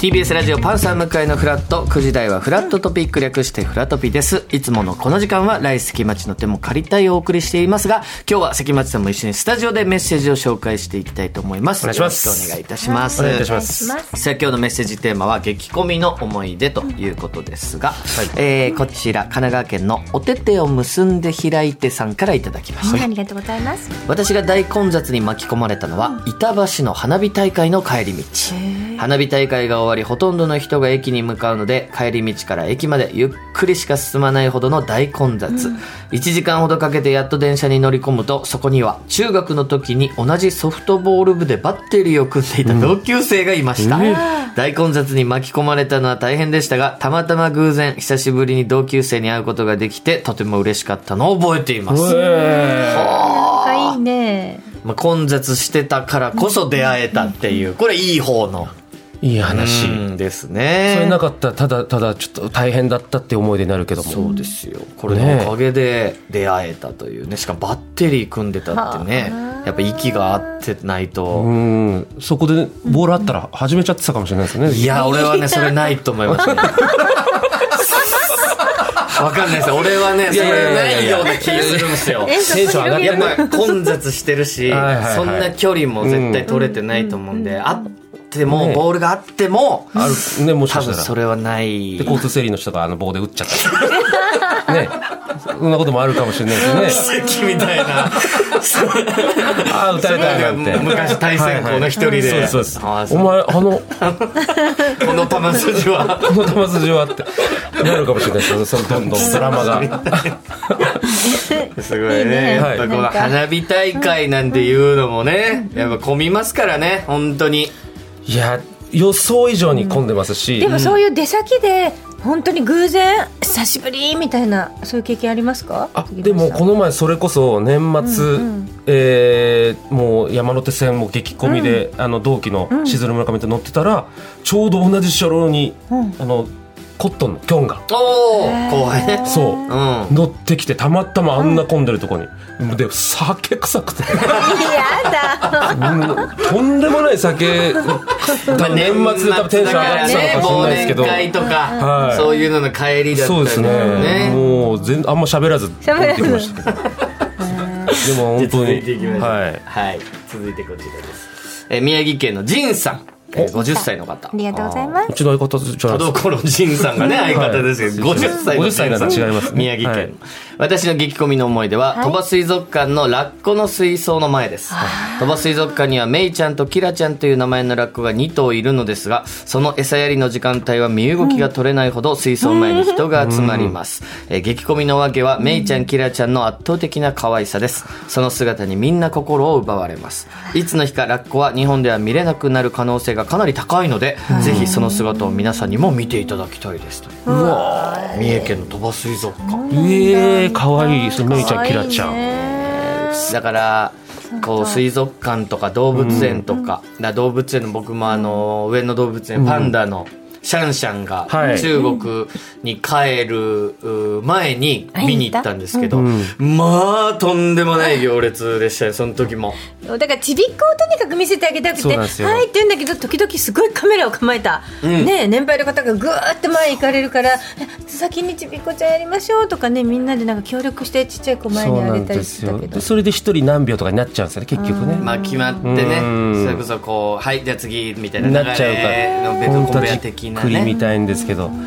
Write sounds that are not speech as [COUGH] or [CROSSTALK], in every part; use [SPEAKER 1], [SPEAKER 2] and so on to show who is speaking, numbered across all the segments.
[SPEAKER 1] TBS ラジオパンサー向井のフラット9時台はフラットトピック略してフラトピですいつものこの時間は来関町の手も借りたいをお送りしていますが今日は関町さんも一緒にスタジオでメッセージを紹介していきたいと思います
[SPEAKER 2] お願いします
[SPEAKER 1] よろしくお願いいたします
[SPEAKER 2] お願いいたします
[SPEAKER 1] さあ今日のメッセージテーマは激コミの思い出ということですが、えーこちら神奈川県のおててを結んで開いてさんからいただきました、
[SPEAKER 3] ありがとうございます。
[SPEAKER 1] 私が大混雑に巻き込まれたのは板橋の花火大会の帰り道花火大会が終わりほとんどの人が駅に向かうので帰り道から駅までゆっくりしか進まないほどの大混雑、1時間ほどかけてやっと電車に乗り込むとそこには中学の時に同じソフトボール部でバッテリーを組んでいた同級生がいました、大混雑に巻き込まれたのは大変でしたがたまたま偶然久しぶりに同級生に会うことができてとても嬉しかったのを覚えています
[SPEAKER 3] かいいね。
[SPEAKER 1] まあ、混雑してたからこそ出会えたっていうこれいい方の
[SPEAKER 2] いい話、
[SPEAKER 1] うんです
[SPEAKER 2] それ
[SPEAKER 1] ね
[SPEAKER 2] なかったらただただちょっと大変だったって思い出になるけども
[SPEAKER 1] そうですよこれのおかげで出会えたというねしかもバッテリー組んでたってねやっぱ息が合ってないと、
[SPEAKER 2] うんそこでボールあったら始めちゃってたかもしれないですね
[SPEAKER 1] いや俺は
[SPEAKER 2] [LAUGHS]
[SPEAKER 1] ねそれないと思いますねわかんないですよ俺はねそ
[SPEAKER 2] やいや
[SPEAKER 1] れ
[SPEAKER 2] いや
[SPEAKER 1] ない
[SPEAKER 2] いや
[SPEAKER 1] ような気がするんですよ
[SPEAKER 3] え
[SPEAKER 2] テンション上がって
[SPEAKER 1] やっ
[SPEAKER 2] ない
[SPEAKER 1] ぱ混雑してるし
[SPEAKER 2] はいはいはい
[SPEAKER 1] そんな距離も絶対取れてないと思うんで、あっても、
[SPEAKER 2] ね
[SPEAKER 1] ボールがあっても
[SPEAKER 2] あるねもし
[SPEAKER 1] 多
[SPEAKER 2] かし
[SPEAKER 1] 分
[SPEAKER 2] たら
[SPEAKER 1] それはない
[SPEAKER 2] で交通整理の人があの棒で打っちゃ [LAUGHS] ったりねそんなこともあるかもしれないですね
[SPEAKER 1] 奇跡みたいな。
[SPEAKER 2] [LAUGHS] ああ打たれたなんて
[SPEAKER 1] 昔対戦校の一人で。
[SPEAKER 2] そうです
[SPEAKER 1] あ
[SPEAKER 2] そう
[SPEAKER 1] あ
[SPEAKER 2] です
[SPEAKER 1] そ
[SPEAKER 2] お
[SPEAKER 1] う
[SPEAKER 2] 前あの
[SPEAKER 1] この球筋は。
[SPEAKER 2] この球筋はってなるかもしれないですよそのどんどんドラ [LAUGHS] マが
[SPEAKER 1] [LAUGHS] すごい
[SPEAKER 3] い
[SPEAKER 1] ね。
[SPEAKER 3] ね
[SPEAKER 1] やっぱこの
[SPEAKER 3] なんか
[SPEAKER 1] 花火大会なんていうのもね、やっぱ混みますからね、本当に。
[SPEAKER 2] いや予想以上に混んでますし
[SPEAKER 3] でもそういう出先で本当に偶然久しぶりみたいなそういう経験ありますか？
[SPEAKER 2] あでもこの前それこそ年末、
[SPEAKER 3] うんうん
[SPEAKER 2] えーもう山手線も激混みで、あの同期のしずる村上と乗ってたら、ちょうど同じ車両に、
[SPEAKER 3] うん
[SPEAKER 2] あのコットンのキョンが
[SPEAKER 1] お
[SPEAKER 3] へ
[SPEAKER 1] ー
[SPEAKER 3] ー
[SPEAKER 1] 怖いね。
[SPEAKER 2] そう、
[SPEAKER 1] うん。
[SPEAKER 2] 乗ってきてたまたまあんな混んでるとこに、で酒臭くて [LAUGHS]
[SPEAKER 3] やだ。
[SPEAKER 2] もうとんでもな
[SPEAKER 1] [LAUGHS]
[SPEAKER 2] い酒多分年末で多分テンション上がってたのかもしれないですけど、
[SPEAKER 1] 忘年会とか
[SPEAKER 2] は、い
[SPEAKER 1] そういうのの帰りだった
[SPEAKER 2] そ
[SPEAKER 1] り
[SPEAKER 2] うですねもう全あんま喋らず
[SPEAKER 3] 喋らず
[SPEAKER 2] 降りてきました
[SPEAKER 3] [LAUGHS]
[SPEAKER 2] けどでも本当
[SPEAKER 1] 続い
[SPEAKER 2] に
[SPEAKER 1] ていきましょう
[SPEAKER 2] はい
[SPEAKER 1] はい続いてこちらですえー宮城県のジンさんえー50歳の方
[SPEAKER 3] ありがとうございます
[SPEAKER 2] う。ちの相方じゃな
[SPEAKER 1] 田
[SPEAKER 2] いですか
[SPEAKER 1] 所仁さんがね相方です
[SPEAKER 2] [LAUGHS]
[SPEAKER 1] けど
[SPEAKER 2] はい
[SPEAKER 1] 50歳の
[SPEAKER 2] 50歳なら違いますね
[SPEAKER 1] 宮城県、
[SPEAKER 2] はい
[SPEAKER 1] 私の激コミの思い出は、
[SPEAKER 3] い
[SPEAKER 1] 鳥羽水族館のラッコの水槽の前です鳥羽水族館にはメイちゃんとキラちゃんという名前のラッコが2頭いるのですがその餌やりの時間帯は身動きが取れないほど水槽前に人が集まります、えー激コミのわけはメイちゃんキラちゃんの圧倒的な可愛さですその姿にみんな心を奪われますいつの日かラッコは日本では見れなくなる可能性がかなり高いので、ぜひその姿を皆さんにも見ていただきたいですと
[SPEAKER 3] うわ
[SPEAKER 1] 三重県の鳥羽水族館
[SPEAKER 2] ええー、かわいいそのめいちゃんキラちゃん、
[SPEAKER 3] ん。
[SPEAKER 1] だからこう水族館とか動物園とか,、動物園の僕もあの上野動物園パンダのシャンシャンが
[SPEAKER 2] はい
[SPEAKER 1] 中国に帰るう前に見に行ったんですけど、まあとんでもない行列でしたよその時も
[SPEAKER 3] だからちびっ子をとにかく見せてあげたく
[SPEAKER 2] そう
[SPEAKER 3] て「
[SPEAKER 2] な
[SPEAKER 3] は
[SPEAKER 2] んですよ
[SPEAKER 3] い」って言うんだけど時々すごいカメラを構えた、
[SPEAKER 1] ん
[SPEAKER 3] ねえ年配の方がぐーって前に行かれるからえ先にちびっ子ちゃんやりましょうとかねみんなでなんか協力してちっちゃい子前にあげたりしてたけど
[SPEAKER 2] でそれで一人何秒とかになっちゃうんですよね結局ね、
[SPEAKER 1] まあ決まってね
[SPEAKER 2] うん
[SPEAKER 1] それこそこう「はいじゃあ次」みたいな流
[SPEAKER 2] なっちゃうから
[SPEAKER 1] れのベト
[SPEAKER 2] 本当
[SPEAKER 1] コ
[SPEAKER 2] は
[SPEAKER 1] ベ
[SPEAKER 2] じ
[SPEAKER 1] ア
[SPEAKER 2] っ
[SPEAKER 1] 的な
[SPEAKER 2] くり見
[SPEAKER 1] ね
[SPEAKER 2] たいんですけど、
[SPEAKER 1] 感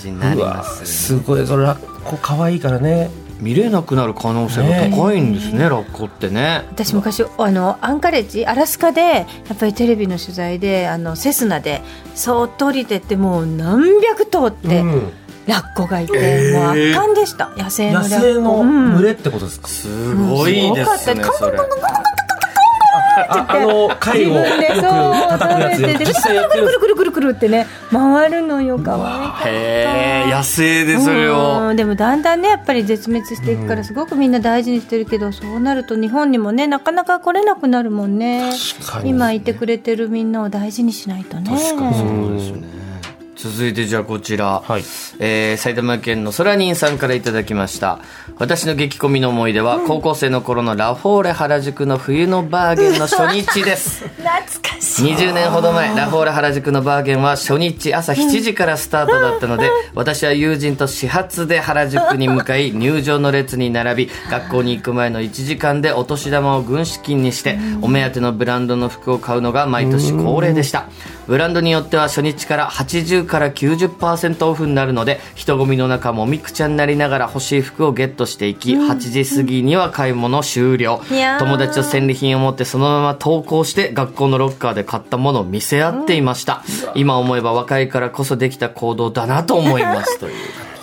[SPEAKER 1] じにな
[SPEAKER 2] う
[SPEAKER 1] り
[SPEAKER 2] わ
[SPEAKER 1] ます
[SPEAKER 2] すごいそれラッコ可愛いからね
[SPEAKER 1] 見れなくなる可能性が高いんですねラッコってね
[SPEAKER 3] 私昔あのアンカレッジアラスカでやっぱりテレビの取材であのセスナでそーっと降りてってもう何百頭って、
[SPEAKER 2] うん
[SPEAKER 3] ラッコがいて、
[SPEAKER 1] えー
[SPEAKER 3] もう圧巻でした野生の
[SPEAKER 2] 野
[SPEAKER 3] ラッコ
[SPEAKER 2] 生の
[SPEAKER 3] うん
[SPEAKER 2] 群れってことですか、
[SPEAKER 1] すごいですね
[SPEAKER 3] すごかった
[SPEAKER 1] それ
[SPEAKER 2] ああの貝
[SPEAKER 3] 自
[SPEAKER 2] を
[SPEAKER 3] 分でそう
[SPEAKER 2] 叩くやつ
[SPEAKER 3] 食べて
[SPEAKER 2] で
[SPEAKER 3] て
[SPEAKER 2] 実際やってるん
[SPEAKER 3] く
[SPEAKER 2] で
[SPEAKER 3] る
[SPEAKER 2] す
[SPEAKER 3] くるくるくるってね回るのよかわ
[SPEAKER 1] へえ野生
[SPEAKER 3] い
[SPEAKER 1] で
[SPEAKER 3] い
[SPEAKER 1] それを
[SPEAKER 3] うんでもだんだんねやっぱり絶滅していくからすごくみんな大事にしてるけどそうなると日本にもねなかなか来れなくなるもんね
[SPEAKER 2] 確かに
[SPEAKER 3] 今いてくれてるみんなを大事にしないとね
[SPEAKER 1] そうですね続いてじゃあこちら、
[SPEAKER 2] はい
[SPEAKER 1] えー埼玉県のソラニンさんからいただきました私の激コミの思い出は、高校生の頃のラフォーレ原宿の冬のバーゲンの初日です
[SPEAKER 3] 懐かし
[SPEAKER 1] 20年ほど前ラフォーラ原宿のバーゲンは初日朝7時からスタートだったので、私は友人と始発で原宿に向かい入場の列に並び学校に行く前の1時間でお年玉を軍資金にしてお目当てのブランドの服を買うのが毎年恒例でしたブランドによっては初日から80から90%オフになるので人混みの中もみくちゃになりながら欲しい服をゲットしていき8時過ぎには買い物終了
[SPEAKER 3] いやー
[SPEAKER 1] 友達と戦利品を持ってそのまま投稿して学校のロッカーで買ったものを見せ合っていました、今思えば若いからこそできた行動だなと思いますという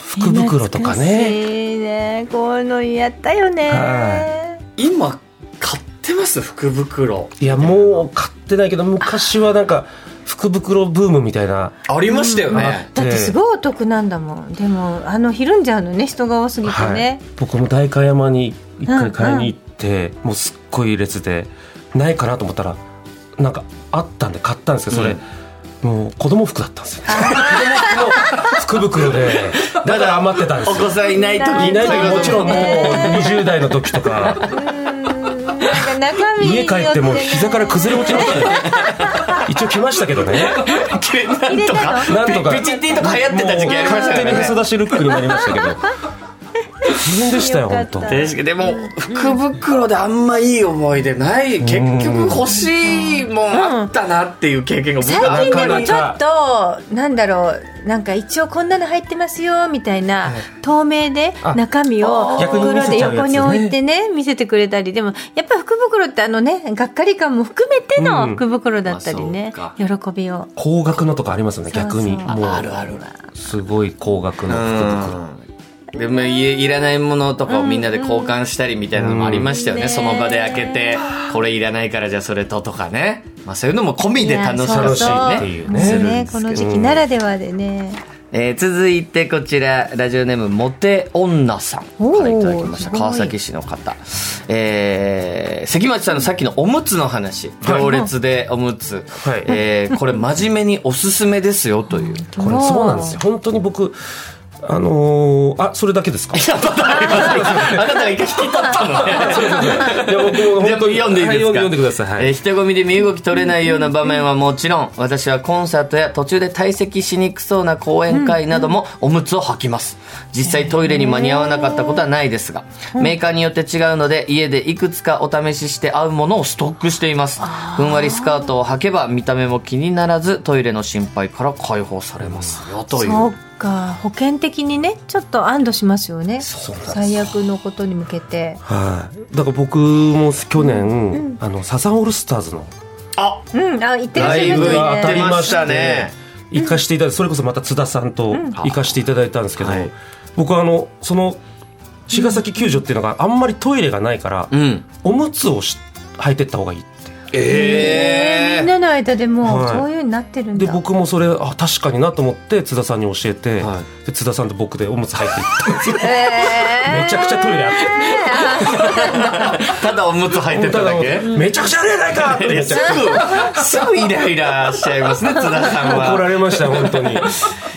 [SPEAKER 2] 福袋とかね。
[SPEAKER 3] 懐しいねこういうのやったよね
[SPEAKER 2] は
[SPEAKER 1] 今買ってます福袋
[SPEAKER 2] いや、もう買ってないけど、昔はなんか、福袋ブームみたいな。
[SPEAKER 1] ありましたよね、
[SPEAKER 3] だってすごいお得なんだもんでもあのひるんじゃうのね人が多すぎて
[SPEAKER 2] はい
[SPEAKER 3] ね、、
[SPEAKER 2] 僕も代官山に一回買いに行って、もうすっごい列でないかなと思ったらなんかあったんで買ったんですけどそれ、もう子供服だったんですよ [LAUGHS] 子供服の福袋でだから余ってたんです
[SPEAKER 1] お子
[SPEAKER 2] よ
[SPEAKER 1] さんいない時に
[SPEAKER 2] いない時も
[SPEAKER 1] [LAUGHS]
[SPEAKER 2] ちろんもう
[SPEAKER 3] ね
[SPEAKER 2] 20代の時とか
[SPEAKER 3] うんなんか中身によ
[SPEAKER 2] 家
[SPEAKER 3] ってね
[SPEAKER 2] 帰ってもう膝から崩れ落ちました一応来ましたけ
[SPEAKER 1] [LAUGHS]
[SPEAKER 2] どね
[SPEAKER 1] なんとか
[SPEAKER 2] なんとか
[SPEAKER 1] ピピチティとか流行ってた時期ありましたよ
[SPEAKER 2] 完
[SPEAKER 1] ね
[SPEAKER 2] 全にへそ出しルックになりま
[SPEAKER 1] [LAUGHS]
[SPEAKER 2] したけど大変でしたよ
[SPEAKER 3] よか
[SPEAKER 2] 本
[SPEAKER 3] った
[SPEAKER 2] 当
[SPEAKER 1] 確かにでも福袋であんまいい思い出ない結局欲しいもんあったなっていう経験が僕はあ
[SPEAKER 3] 最
[SPEAKER 1] る
[SPEAKER 3] 近
[SPEAKER 1] か
[SPEAKER 3] で
[SPEAKER 1] ら
[SPEAKER 3] もちょっとなんだろうなんか一応こんなの入ってますよみたいな透明で
[SPEAKER 2] あ
[SPEAKER 3] 中身を
[SPEAKER 2] 逆に見
[SPEAKER 3] 袋
[SPEAKER 2] せ
[SPEAKER 3] で
[SPEAKER 2] ちゃうや
[SPEAKER 3] 横
[SPEAKER 2] つ
[SPEAKER 3] に
[SPEAKER 2] ね
[SPEAKER 3] 置いてね見せてくれたりでもやっぱ福袋ってあのねがっかり感も含めての
[SPEAKER 2] うん
[SPEAKER 3] 福袋だったりね
[SPEAKER 1] まあ
[SPEAKER 3] 喜びを
[SPEAKER 2] 高額のとかありますよね
[SPEAKER 3] そうそう
[SPEAKER 2] 逆にもう
[SPEAKER 1] あるある
[SPEAKER 2] すごい高額の福袋
[SPEAKER 1] うんでもいいらないものとかをみんなで交換したりみたいなのもありましたよね、
[SPEAKER 3] うん
[SPEAKER 1] その場で開けてこれいらないからじゃあそれととかね、まあ、そういうのも込みで楽し
[SPEAKER 2] 楽しい
[SPEAKER 1] か
[SPEAKER 2] っ
[SPEAKER 1] った
[SPEAKER 2] て
[SPEAKER 1] りね
[SPEAKER 2] いう
[SPEAKER 3] そう
[SPEAKER 2] ね
[SPEAKER 3] そう
[SPEAKER 1] るん
[SPEAKER 3] ね
[SPEAKER 1] です
[SPEAKER 3] こ
[SPEAKER 1] けど
[SPEAKER 3] の時期ならではでね
[SPEAKER 1] えー続いてこちらラジオネームモテ女さん
[SPEAKER 3] おー
[SPEAKER 1] からいただきまし
[SPEAKER 3] す
[SPEAKER 1] た
[SPEAKER 3] ごい
[SPEAKER 1] 川崎市の方、えー関町さんのさっきのおむつの話行列でおむつ、
[SPEAKER 2] はい
[SPEAKER 1] えーこれ真面目におすすめですよと
[SPEAKER 2] [LAUGHS]
[SPEAKER 1] いう
[SPEAKER 2] これそうなんですよ本当に僕あのー、あそれだけですかいや
[SPEAKER 1] あなたが一回引き取ったのね
[SPEAKER 2] 僕
[SPEAKER 1] じゃ
[SPEAKER 2] 本
[SPEAKER 1] あ
[SPEAKER 2] 当に
[SPEAKER 1] 読んでいいですか
[SPEAKER 2] は読んでください、はい
[SPEAKER 1] えー人混みで身動き取れないような場面はもちろん私はコンサートや途中で退席しにくそうな講演会などもおむつを履きます実際トイレに間に合わなかったことはないですがメーカーによって違うので家でいくつかお試しして合うものをストックしていますふんわりスカートを履けば見た目も気にならずトイレの心配から解放されますよとい
[SPEAKER 3] そううか保険的にねちょっと安堵しますよね
[SPEAKER 2] そうなんです
[SPEAKER 3] 最悪のことに向けて
[SPEAKER 2] はい、だから僕も去年、あのサザンオールスターズの
[SPEAKER 1] あ
[SPEAKER 3] うんあ言ってらっし
[SPEAKER 1] ラ
[SPEAKER 3] ゃい
[SPEAKER 1] イ
[SPEAKER 3] ま
[SPEAKER 1] ブ
[SPEAKER 3] し
[SPEAKER 1] 行
[SPEAKER 3] たね
[SPEAKER 1] ってましたね
[SPEAKER 2] 行かしていただいてそれこそまた津田さんと行かしていただいたんですけど、
[SPEAKER 1] はい
[SPEAKER 2] 僕はあのその茅ヶ崎球場っていうのがあんまりトイレがないから、
[SPEAKER 1] うん
[SPEAKER 2] おむつをし履いてった方がいいって
[SPEAKER 1] え
[SPEAKER 3] えーみんな
[SPEAKER 1] え
[SPEAKER 3] の間でもう
[SPEAKER 2] はい
[SPEAKER 3] そういうになってるん
[SPEAKER 2] で
[SPEAKER 3] だ、
[SPEAKER 2] 僕もそれあ確かになと思って津田さんに教えて、
[SPEAKER 1] は
[SPEAKER 2] で津田さんと僕でおむつ履いていったんですよ
[SPEAKER 3] えー
[SPEAKER 2] めちゃくちゃトイレあって
[SPEAKER 1] ただおむつ履いてただけ
[SPEAKER 2] めちゃくちゃあるやないかってめっち
[SPEAKER 1] す
[SPEAKER 2] ゃ
[SPEAKER 1] ぐ、 [LAUGHS] すぐイライラしちゃいますね、津田さん
[SPEAKER 2] 怒ら
[SPEAKER 1] は。
[SPEAKER 2] れました本当に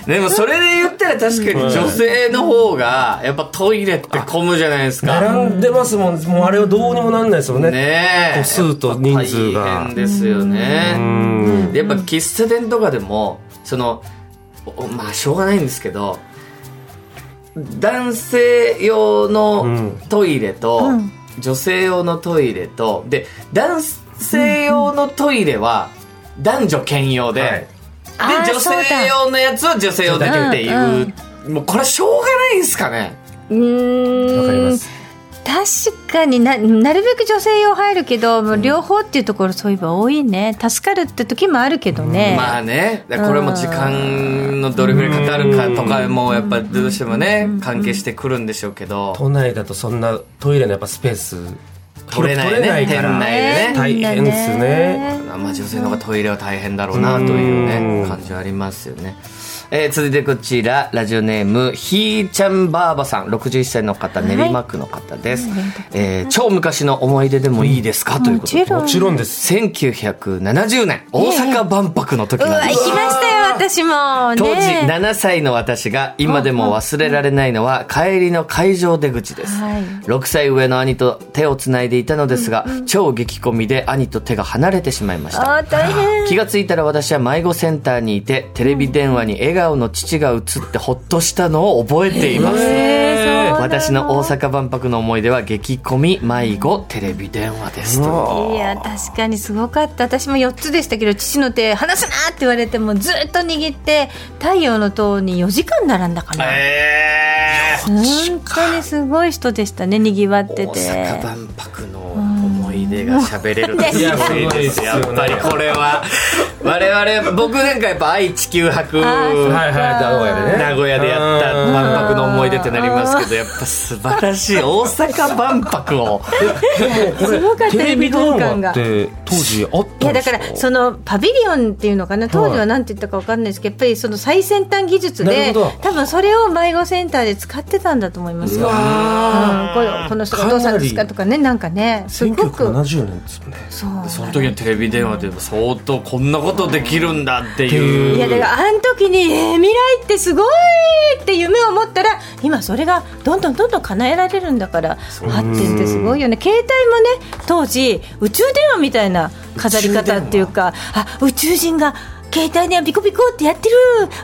[SPEAKER 1] でもそれで言ったら確かに女性の方が、やっぱトイレって混むじゃないですか。
[SPEAKER 2] 並んでますもんもうあれはどうにもなんないですよね
[SPEAKER 1] ねえ。
[SPEAKER 2] 個数と人数が
[SPEAKER 1] 大変ですよ
[SPEAKER 2] う
[SPEAKER 1] ね。
[SPEAKER 2] ん
[SPEAKER 1] でやっぱ喫茶店とかでも、その、おまあしょうがないんですけど、男性用のトイレと
[SPEAKER 3] うん、
[SPEAKER 1] 女性用のトイレと、で、男性用のトイレは男女兼用で、
[SPEAKER 2] はい
[SPEAKER 1] で
[SPEAKER 3] あー
[SPEAKER 1] 女性用のやつは女性用だけっていうもうこれしょうがないんすかね
[SPEAKER 3] うーん
[SPEAKER 2] わかります
[SPEAKER 3] 確かにななるべく女性用入るけど、もう両方っていうところそういえば多いね助かるって時もあるけどね、
[SPEAKER 1] まあねだからこれも時間のどれぐらいかかるかとかもやっぱどうしてもね関係してくるんでしょうけど
[SPEAKER 2] 都内だとそんなトイレのやっぱスペース
[SPEAKER 1] 取れないね
[SPEAKER 2] 取れないか
[SPEAKER 1] 店
[SPEAKER 2] ら
[SPEAKER 1] 内でね
[SPEAKER 2] 大変ですね
[SPEAKER 1] まあ女性の方がトイレは大変だろうなというね
[SPEAKER 2] うん
[SPEAKER 1] 感じはありますよねえー続いてこちらラジオネームひーちゃんばあばさん61歳の方
[SPEAKER 3] はい
[SPEAKER 1] 練馬区の方です、えー超昔の思い出でもいいですか、ということで
[SPEAKER 3] も
[SPEAKER 2] もちろんです
[SPEAKER 1] 1970年大阪万博の時
[SPEAKER 3] う
[SPEAKER 1] な
[SPEAKER 3] わ
[SPEAKER 1] んで
[SPEAKER 3] 行
[SPEAKER 1] す
[SPEAKER 3] きましたよ私もね
[SPEAKER 1] 当時7歳の私が今でも忘れられないのは帰りの会場出口です、
[SPEAKER 3] はい
[SPEAKER 1] 6歳上の兄と手をつないでいたのですが、超激混みで兄と手が離れてしまいました
[SPEAKER 3] あー大変
[SPEAKER 1] 気がついたら私は迷子センターにいてテレビ電話に笑顔の父が映ってほっとしたのを覚えています、
[SPEAKER 3] えーそうなの
[SPEAKER 1] [LAUGHS] 私の大阪万博の思い出は激混み迷子テレビ電話です
[SPEAKER 3] いや確かにすごかった私も4つでしたけど父の手離すなって言われてもずっと握って太陽の塔に4時間並んだかな、
[SPEAKER 1] え
[SPEAKER 3] 本当にすごい人でしたねにぎわって
[SPEAKER 1] 大阪
[SPEAKER 3] て
[SPEAKER 1] 万博の思い出が喋れ
[SPEAKER 3] [LAUGHS]
[SPEAKER 1] るって
[SPEAKER 3] いや
[SPEAKER 1] すごいですやっぱりこれは我々僕なんかやっぱ愛・地球博
[SPEAKER 3] あー
[SPEAKER 2] はいはい名古屋でね
[SPEAKER 1] 名古屋でやった
[SPEAKER 2] うん
[SPEAKER 1] 万博の思い出ってなりますけどやっぱ素晴らしい大阪万博を
[SPEAKER 3] すごかった
[SPEAKER 2] テレビ
[SPEAKER 3] 日
[SPEAKER 2] 電
[SPEAKER 3] 本感
[SPEAKER 2] 話
[SPEAKER 3] が
[SPEAKER 2] っ。て当時あっ
[SPEAKER 3] い
[SPEAKER 2] た
[SPEAKER 3] や
[SPEAKER 2] ん
[SPEAKER 3] だ
[SPEAKER 2] です
[SPEAKER 3] か
[SPEAKER 2] から
[SPEAKER 3] そのパビリオンっていうのかな当時は何て言ったか分かんないですけど、やっぱりその最先端技術
[SPEAKER 2] な
[SPEAKER 3] で
[SPEAKER 2] るほど
[SPEAKER 3] 多分それを迷子センターで使ってたんだと思いますよ、うん、このこの人がお父さんですかとかねなんかねすごく
[SPEAKER 2] 1970年ですもんね
[SPEAKER 3] そう
[SPEAKER 1] その時のテレビ電話って相当こんなことできるんだっていう
[SPEAKER 3] いやだからあの時に、えー未来ってすごいって夢を持ったら今それがどんどんどんどん叶えられるんだから発展ってすごいよね携帯もね当時宇宙電話みたいな飾り方っていうかあ宇宙人が携帯電話ピコピコってやってる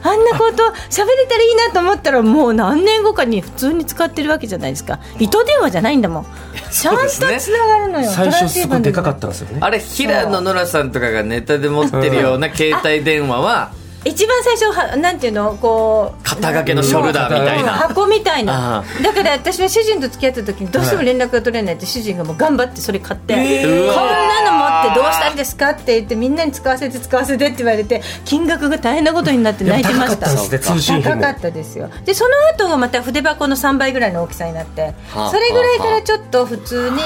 [SPEAKER 3] あんなこと喋れたらいいなと思ったらもう何年後かに普通に使ってるわけじゃないですか糸電話じゃないんだもんちゃん
[SPEAKER 1] う
[SPEAKER 3] と
[SPEAKER 1] です
[SPEAKER 3] つな
[SPEAKER 1] ね
[SPEAKER 3] がるのよ
[SPEAKER 2] 最初すごいでかか
[SPEAKER 3] ト
[SPEAKER 2] ったんですよね
[SPEAKER 1] あれ平野ノラさんとかがネタで持ってるような携帯電話
[SPEAKER 3] ランシーバ
[SPEAKER 1] は
[SPEAKER 3] ーで一番最初はなんていうのこう
[SPEAKER 1] 肩掛けのショルダーみたいな
[SPEAKER 3] 箱みたい
[SPEAKER 1] あ
[SPEAKER 3] なだから私は主人と付き合った時にどうしても連絡が取れないって主人がもう頑張ってそれ買って、
[SPEAKER 1] えー
[SPEAKER 3] こんなの持ってどうしたんですかって言ってみんなに使わせて使わせてって言われて金額が大変なことになって泣いてました
[SPEAKER 2] でも高かったんですね通信費
[SPEAKER 3] 高
[SPEAKER 2] も
[SPEAKER 3] かったですよでその後がまた筆箱の3倍ぐらいの大きさになって
[SPEAKER 1] はあ
[SPEAKER 3] それぐらいからちょっと普通に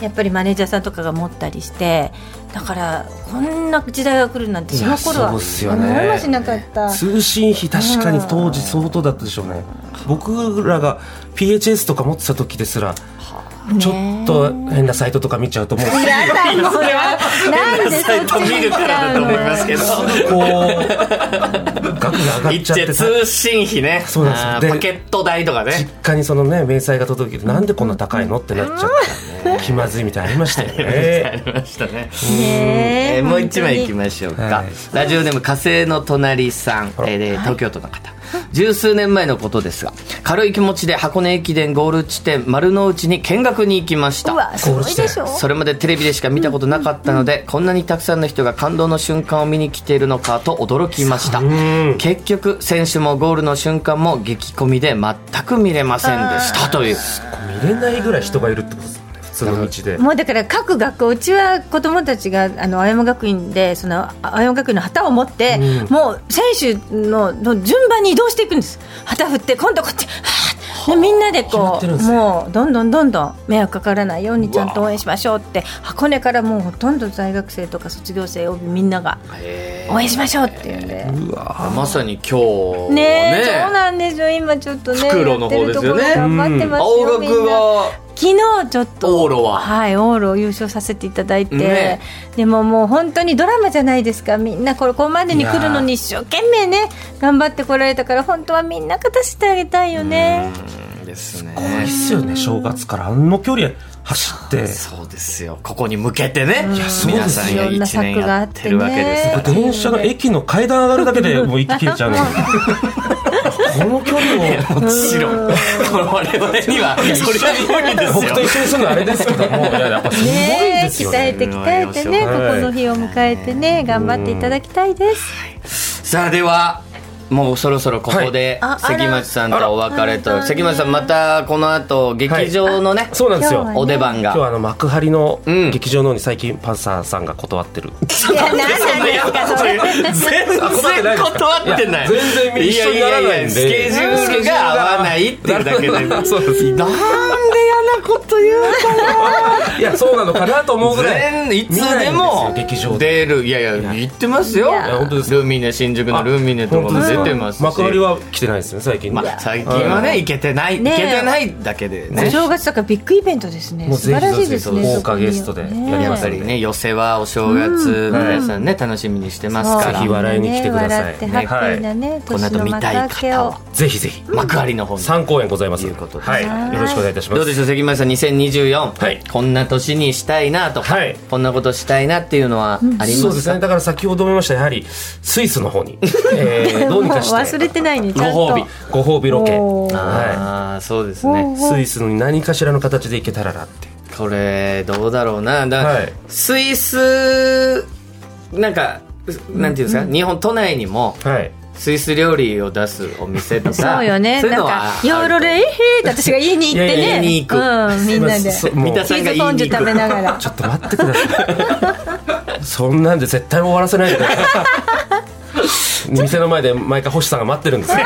[SPEAKER 3] やっぱりマネージャーさんとかが持ったりしてだからこんな時代が来るなんてその頃はい
[SPEAKER 2] やそうっすよね
[SPEAKER 3] 思いもしなかった。
[SPEAKER 2] 通信費確かに当時相当だったでしょうね僕らが PHS とか持ってた時ですらちょっと変なサイトとか見ちゃうともう
[SPEAKER 3] いやだよ、それ
[SPEAKER 1] [LAUGHS]
[SPEAKER 3] は。なんでそっち
[SPEAKER 1] と見
[SPEAKER 3] に
[SPEAKER 1] る
[SPEAKER 3] 行っ
[SPEAKER 1] か
[SPEAKER 3] ち
[SPEAKER 1] らだ
[SPEAKER 3] ゃ
[SPEAKER 1] と
[SPEAKER 3] うの
[SPEAKER 1] 思いますけど
[SPEAKER 2] こう額が上がっ
[SPEAKER 1] 一
[SPEAKER 2] ちゃって
[SPEAKER 1] て通信費ね
[SPEAKER 2] そうなんで
[SPEAKER 1] あー
[SPEAKER 2] すよ
[SPEAKER 1] パ
[SPEAKER 2] で
[SPEAKER 1] ケット代とか
[SPEAKER 2] 実
[SPEAKER 1] ね
[SPEAKER 2] 家にそのね明細が届けてなんでこんな高いのってなっちゃって気まずいみたいなのありましたよ
[SPEAKER 1] あ
[SPEAKER 3] [LAUGHS]
[SPEAKER 2] ね
[SPEAKER 1] りましたね
[SPEAKER 3] ね
[SPEAKER 1] え
[SPEAKER 3] え
[SPEAKER 1] ーもう一枚いき
[SPEAKER 3] ま
[SPEAKER 1] ましょうか、
[SPEAKER 2] はい
[SPEAKER 1] ラジオネーム火星の隣さん、えーで東京都の方十数年前のことですが軽い気持ちで箱根駅伝ゴール地点丸の内に見学に行きまし
[SPEAKER 3] う
[SPEAKER 1] た
[SPEAKER 3] わ、すごいでしょ。
[SPEAKER 1] それまでテレビでしか見たことなかったので、こんなにたくさんの人が感動の瞬間を見に来ているのかと驚きました
[SPEAKER 2] ん
[SPEAKER 1] 結局選手もゴールの瞬間も激混みで全く見れませんでしたという
[SPEAKER 2] 見れないぐらい人がいるってことですもんね普通の道で
[SPEAKER 3] もうだから各学校うちは子供たちがあの青山学院でその青山学院の旗を持って、もう選手のの順番に移動していくんです旗振って今度こっちはあでみんなで
[SPEAKER 2] 決ま
[SPEAKER 3] こ
[SPEAKER 2] ってるん
[SPEAKER 3] う
[SPEAKER 2] ですね
[SPEAKER 3] もうどんどんどんどん迷惑かからないようにちゃんと応援しましょうって箱根からもうほとんど在学生とか卒業生をみんなが応援しましょうっていうんで。
[SPEAKER 1] まさに今日
[SPEAKER 3] ね
[SPEAKER 1] ね
[SPEAKER 3] えそうなんですよ今ちょっとね
[SPEAKER 1] 袋の方ですよね
[SPEAKER 3] やってるところ頑張ってますよ、
[SPEAKER 1] 青
[SPEAKER 3] みん
[SPEAKER 1] 学
[SPEAKER 3] な
[SPEAKER 1] が
[SPEAKER 3] 昨日ちょっと
[SPEAKER 1] 往路はい
[SPEAKER 3] 往路を優勝させていただいて、
[SPEAKER 1] ね
[SPEAKER 3] でももう本当にドラマじゃないですかみんなこれここまでに来るのに一生懸命ね頑張ってこられたから本当はみんな勝たせてあげたいよね
[SPEAKER 1] ですね
[SPEAKER 2] 怖いっすよね正月からあの距離走って
[SPEAKER 1] そうですよここに向けてね
[SPEAKER 2] そう
[SPEAKER 1] 皆
[SPEAKER 2] で
[SPEAKER 1] さ
[SPEAKER 2] す
[SPEAKER 1] ん
[SPEAKER 2] よ
[SPEAKER 1] が一年やってるわけですから
[SPEAKER 3] いろんな策があってね
[SPEAKER 2] 電車の駅の階段上がるだけでもう息切れちゃうのこの距離を
[SPEAKER 1] もちろん、 [LAUGHS] 我々には、それは無理ですよ。
[SPEAKER 2] 僕と一緒にするのあれですけどもいややっぱすごい
[SPEAKER 3] ね
[SPEAKER 2] ですよ
[SPEAKER 3] 鍛え
[SPEAKER 2] ね
[SPEAKER 3] て鍛えてね、
[SPEAKER 2] はい
[SPEAKER 3] ここの日を迎えてね頑張っていただきたいです、
[SPEAKER 1] さあ、では、もうそろそろここで、
[SPEAKER 3] はいああら
[SPEAKER 1] 関町さんとお別れ
[SPEAKER 3] あ
[SPEAKER 1] と、
[SPEAKER 3] ら
[SPEAKER 1] 関町さんまたこの後、劇場のね、
[SPEAKER 2] そうなんですよ
[SPEAKER 3] 今日はね
[SPEAKER 1] お出番
[SPEAKER 2] 今日は
[SPEAKER 1] [LAUGHS] が。
[SPEAKER 2] あの幕張の
[SPEAKER 1] うん
[SPEAKER 2] 劇場の方に最近パンサーさんが断ってる、
[SPEAKER 3] いや何なんですかそれ
[SPEAKER 1] 全然断ってない。
[SPEAKER 2] いや全然一緒にならないんで [LAUGHS]
[SPEAKER 1] やややスケジュールが合わないっていうだけで。なんで嫌なこと言う
[SPEAKER 2] いやそうなのかなと思うぐらい
[SPEAKER 1] 全いつでも
[SPEAKER 2] 見ないんですよ劇場
[SPEAKER 1] 出
[SPEAKER 2] で
[SPEAKER 1] るいやいや言ってますよ
[SPEAKER 3] いやいや
[SPEAKER 2] 本当です
[SPEAKER 1] ルミネ新宿のルミネとかも出てますし
[SPEAKER 2] 幕張は来てないですね最近、
[SPEAKER 1] まあ、最近はね行けてない行
[SPEAKER 3] ねえ
[SPEAKER 1] けてないだけでね
[SPEAKER 3] お正月だからビッグイベントですね
[SPEAKER 2] もう
[SPEAKER 3] 素
[SPEAKER 2] ぜ
[SPEAKER 3] 晴
[SPEAKER 2] ひ
[SPEAKER 3] らしいですね
[SPEAKER 2] ぜ
[SPEAKER 3] そ
[SPEAKER 2] ひ
[SPEAKER 3] こに
[SPEAKER 2] 豪華ゲストでやり
[SPEAKER 1] や
[SPEAKER 2] ま
[SPEAKER 1] っ
[SPEAKER 2] す
[SPEAKER 1] ぱりね寄せはお正月皆さんね楽しみにしてますか
[SPEAKER 2] ぜひ
[SPEAKER 1] ら
[SPEAKER 2] 笑いに来てくださ
[SPEAKER 3] 笑
[SPEAKER 2] い
[SPEAKER 3] ってハッピーなね、
[SPEAKER 1] この
[SPEAKER 3] 年
[SPEAKER 1] 後
[SPEAKER 3] の
[SPEAKER 1] 見
[SPEAKER 3] 幕
[SPEAKER 1] たい
[SPEAKER 3] 開け
[SPEAKER 1] 方
[SPEAKER 3] を
[SPEAKER 1] は
[SPEAKER 2] ぜひぜひ
[SPEAKER 1] 幕張の方に
[SPEAKER 2] 三公演ございますの
[SPEAKER 1] ということで
[SPEAKER 2] はい
[SPEAKER 3] はい
[SPEAKER 2] よろしくお願いいたします
[SPEAKER 1] どうでしょう関町さん2024、
[SPEAKER 2] はい
[SPEAKER 1] こんな年にしたいなとか、
[SPEAKER 2] はい
[SPEAKER 1] こんなことしたいなっていうのはありますか、
[SPEAKER 2] そうですねだから先ほども言いましたやはりスイスの方
[SPEAKER 1] [LAUGHS]
[SPEAKER 2] に、えーどうにかして
[SPEAKER 3] もう忘れてないねちゃんと
[SPEAKER 2] ご褒美ご褒美ロケ
[SPEAKER 3] おー
[SPEAKER 2] は
[SPEAKER 1] ああそうですね
[SPEAKER 2] いスイスに何かしらの形で行けたらなって
[SPEAKER 1] これどうだろうなだ、
[SPEAKER 2] はい
[SPEAKER 1] スイスなんかなんていうんですか、日本都内にも
[SPEAKER 2] はい
[SPEAKER 1] スイス料理を出すお店とか
[SPEAKER 3] そうよね
[SPEAKER 1] そういう
[SPEAKER 3] なん
[SPEAKER 1] のは
[SPEAKER 3] かヨーロレイヘーって私が家に行ってね
[SPEAKER 2] いやいや
[SPEAKER 1] 家に行く
[SPEAKER 3] うん、みんなで
[SPEAKER 2] そ
[SPEAKER 3] チ
[SPEAKER 2] うも
[SPEAKER 1] 三
[SPEAKER 2] う
[SPEAKER 1] 田さんが
[SPEAKER 3] ー
[SPEAKER 1] 言
[SPEAKER 3] ズフォン
[SPEAKER 1] い
[SPEAKER 3] デ
[SPEAKER 1] に
[SPEAKER 3] ュ
[SPEAKER 1] 行
[SPEAKER 3] 食
[SPEAKER 1] く
[SPEAKER 3] べながら
[SPEAKER 2] ちょっと待ってください [LAUGHS] そんなんで絶対終わらせないでください
[SPEAKER 1] [LAUGHS]
[SPEAKER 2] 店の前で毎回星さんが待ってるんですよ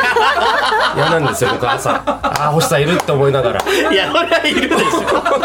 [SPEAKER 2] 嫌なんですよ僕朝ああ星さんいるって思いな
[SPEAKER 1] [LAUGHS]
[SPEAKER 2] がら
[SPEAKER 1] いやほらいるでし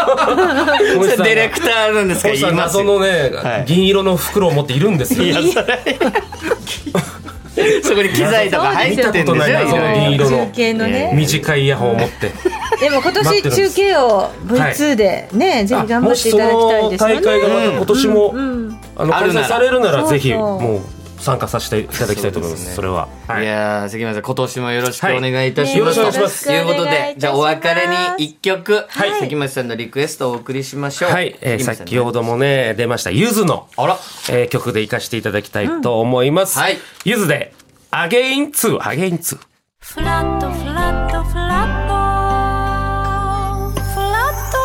[SPEAKER 1] ょそれデ
[SPEAKER 2] 星さんが
[SPEAKER 1] ィレクターなんですか
[SPEAKER 2] 星さ
[SPEAKER 1] 言い
[SPEAKER 2] ん
[SPEAKER 1] ます
[SPEAKER 2] 謎
[SPEAKER 1] よ
[SPEAKER 2] のね、
[SPEAKER 1] はい
[SPEAKER 2] 銀色の袋を持っているんですよ
[SPEAKER 1] いやそれ [LAUGHS] そこに機材とか入ってるんでしょ
[SPEAKER 2] 見たことないなその銀色の
[SPEAKER 3] 中継のね
[SPEAKER 2] 短いイヤホンを
[SPEAKER 3] [LAUGHS]
[SPEAKER 2] 持って
[SPEAKER 3] でも今
[SPEAKER 2] 待って
[SPEAKER 3] 年
[SPEAKER 2] る
[SPEAKER 3] 中
[SPEAKER 2] んです
[SPEAKER 3] 継を V2 でね、ぜひ頑張っていただきたいですよね
[SPEAKER 2] もしその大会がまた今年も、
[SPEAKER 3] うん
[SPEAKER 2] あの
[SPEAKER 1] あ
[SPEAKER 2] 開
[SPEAKER 1] るな
[SPEAKER 2] 催
[SPEAKER 1] ら
[SPEAKER 2] されるならぜひ
[SPEAKER 3] そうそう
[SPEAKER 2] もう参加させていただきたいと思います
[SPEAKER 1] そうです
[SPEAKER 2] そ
[SPEAKER 1] ね、
[SPEAKER 2] れは、はいい、
[SPEAKER 1] やー関村さん今年もよろしくお願いいたし
[SPEAKER 2] はい
[SPEAKER 1] ます、
[SPEAKER 2] ねよろしくお願いします
[SPEAKER 1] ということ
[SPEAKER 3] よろしくお願いいたします
[SPEAKER 1] でじゃあお別れに一曲、
[SPEAKER 3] い
[SPEAKER 1] 関町さんのリクエストをお送りしましょう
[SPEAKER 2] はいえ
[SPEAKER 1] 関
[SPEAKER 2] ー
[SPEAKER 1] 町さん
[SPEAKER 2] 先ほどもね出ましたゆずの
[SPEAKER 1] あら
[SPEAKER 2] えー曲で活かしていただきたいと思います。
[SPEAKER 1] うんはい
[SPEAKER 2] ゆずで、アゲイン2、アゲイン2。
[SPEAKER 4] フラットフラットフラットフラット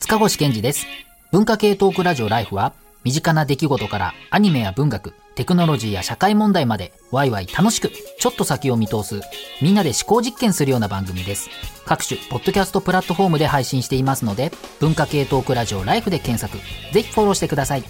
[SPEAKER 5] 塚越健二です。文化系トークラジオライフは、身近な出来事からアニメや文学、テクノロジーや社会問題まで、ワイワイ楽しく、ちょっと先を見通す、みんなで思考実験するような番組です。各種、ポッドキャストプラットフォームで配信していますので、文化系トークラジオライフで検索、ぜひフォローしてください。